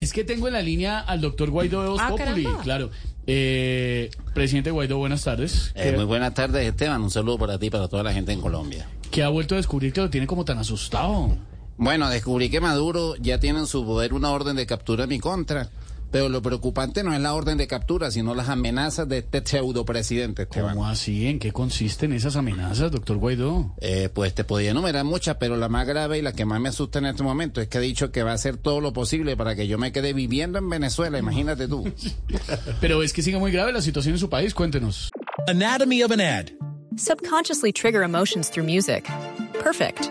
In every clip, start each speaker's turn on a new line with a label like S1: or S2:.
S1: Es que tengo en la línea al doctor Guaidó de Voz
S2: Ah,
S1: Populi,
S2: caramba.
S1: claro. Eh, presidente Guaidó, buenas tardes.
S3: Eh,
S1: que,
S3: muy buenas tardes, Esteban. Un saludo para ti y para toda la gente en Colombia.
S1: que ha vuelto a descubrir que lo tiene como tan asustado.
S3: Bueno, descubrí que Maduro ya tiene en su poder una orden de captura en mi contra. Pero lo preocupante no es la orden de captura, sino las amenazas de este pseudo presidente, Esteban.
S1: ¿Cómo así? ¿En qué consisten esas amenazas, doctor Guaidó?
S3: Eh, pues te podía enumerar muchas, pero la más grave y la que más me asusta en este momento es que ha dicho que va a hacer todo lo posible para que yo me quede viviendo en Venezuela, imagínate tú.
S1: Pero es que sigue muy grave la situación en su país, cuéntenos.
S4: Anatomy of an ad.
S5: Subconsciously trigger emotions through music. Perfect.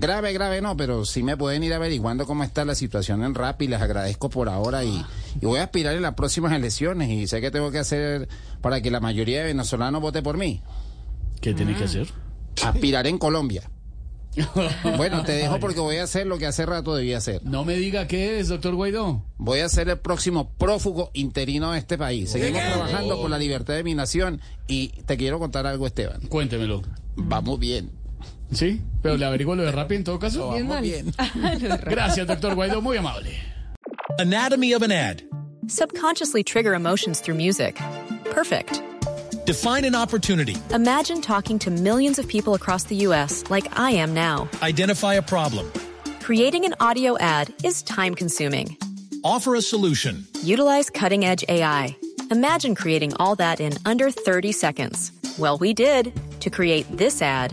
S3: grave, grave no, pero sí me pueden ir averiguando cómo está la situación en Rappi. Les agradezco por ahora y, y voy a aspirar en las próximas elecciones. Y sé que tengo que hacer para que la mayoría de venezolanos vote por mí.
S1: ¿Qué tiene
S2: Ah.
S1: que hacer?
S3: Aspirar en Colombia. Bueno, te dejo porque voy a hacer lo que hace rato debía hacer.
S1: No me diga qué es, doctor Guaidó.
S3: Voy a ser el próximo prófugo interino de este país. Seguimos trabajando por la libertad de mi nación y te quiero contar algo, Esteban.
S1: Cuéntemelo.
S3: Vamos bien.
S1: ¿Sí? ¿Pero le averiguo lo de Rappi en todo caso?
S3: Vamos bien.
S1: Gracias, doctor Guaidó, muy amable.
S4: Anatomy of an ad.
S5: Subconsciously trigger emotions through music. Perfect.
S4: Define an opportunity.
S5: Imagine talking to millions of people across the U.S. like I am now.
S4: Identify a problem.
S5: Creating an audio ad is time consuming.
S4: Offer a solution.
S5: Utilize cutting edge AI. Imagine creating all that in under 30 seconds. Well, we did to create this ad.